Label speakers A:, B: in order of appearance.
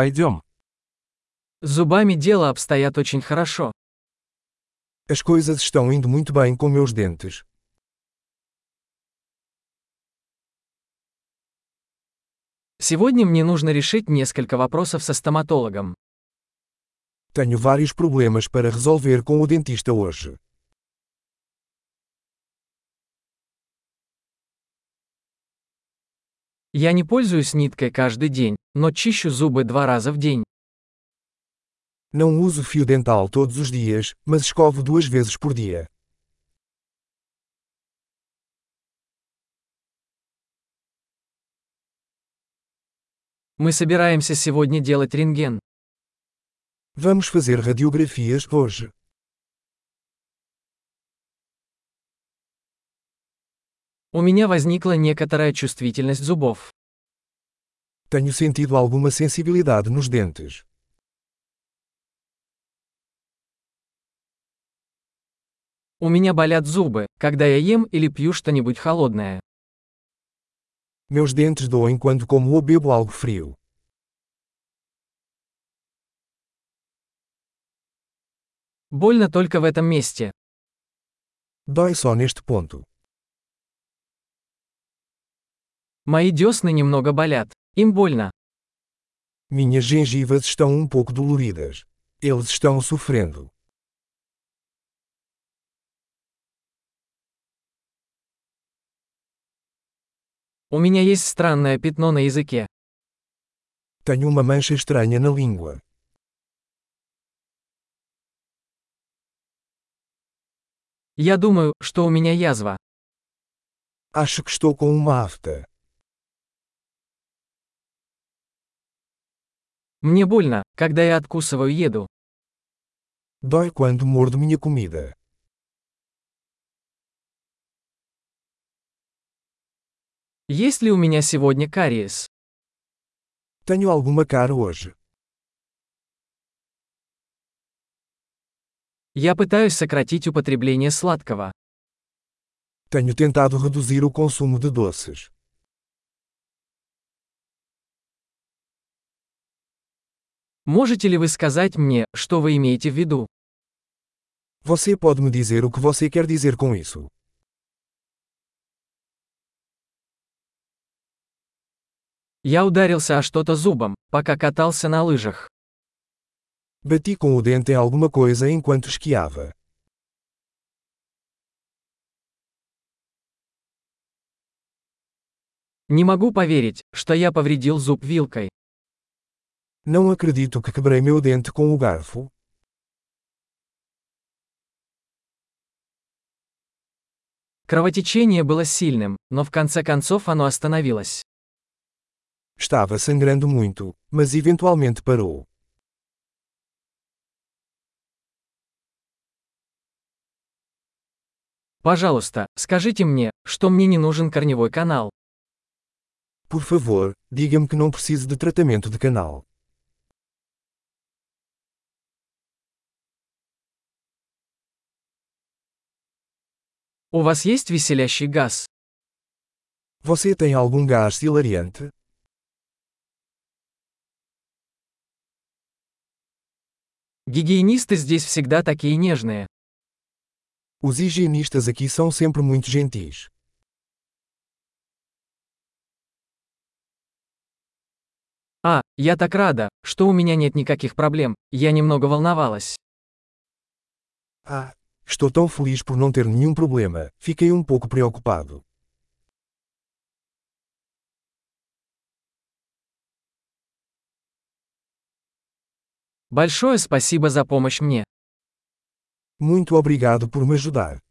A: Пойдем.
B: Зубами дело обстоят очень хорошо.
C: As coisas estão indo muito bem com meus dentes.
B: Сегодня мне нужно решить несколько вопросов со стоматологом.
C: Tenho vários problemas para resolver com o dentista hoje.
B: Я не пользуюсь ниткой каждый день, но чищу зубы два раза в день.
C: Não uso fio dental todos os dias, mas escovo duas vezes por dia.
B: Мы собираемся сегодня делать рентген.
C: Vamos fazer radiografias hoje.
B: У меня возникла некоторая чувствительность зубов.
C: Tenho sentido alguma sensibilidade nos dentes.
B: У меня болят зубы, когда я ем или пью что-нибудь холодное.
C: Meus dentes doem quando como ou bebo algo frio.
B: Больно только в этом месте.
C: Dói só neste ponto.
B: Мои десны немного болят. Им больно.
C: Minhas gengivas estão um pouco doloridas. Eles estão sofrendo.
B: У меня есть странное пятно на языке.
C: Tenho uma mancha estranha na língua.
B: Я думаю, что у меня язва.
C: Acho que estou com uma afta.
B: Мне больно, когда я откусываю еду.
C: Dói quando mordo minha comida.
B: Есть ли у меня сегодня кариес?
C: Tenho alguma cara hoje.
B: Я пытаюсь сократить употребление сладкого.
C: Tenho tentado reduzir o consumo de doces.
B: Можете ли вы сказать мне, что вы имеете в виду?
C: Você pode me dizer o que você quer dizer com isso?
B: Я ударился о что-то зубом, пока катался на лыжах.
C: Bati com o dente em alguma coisa enquanto esquiava.
B: Не могу поверить, что я повредил зуб вилкой.
C: Não acredito que quebrei meu dente com o garfo.
B: Кровотечение было сильным, но в конце концов оно остановилось.
C: Estava sangrando muito, mas eventualmente parou.
B: Пожалуйста, скажите мне, что мне не нужен корневой канал.
C: Por favor, diga-me que não preciso de tratamento de canal.
B: У вас есть веселящий газ?
C: Você tem algum gás hilariante?
B: Гигиенисты здесь всегда такие нежные.
C: Os higienistas aqui são sempre muito gentis.
B: А, я так рада, что у меня нет никаких проблем, я немного волновалась.
C: Ah, estou tão feliz por não ter nenhum problema, fiquei um pouco preocupado.
B: Большое спасибо за помощь мне.
C: Muito obrigado por me ajudar.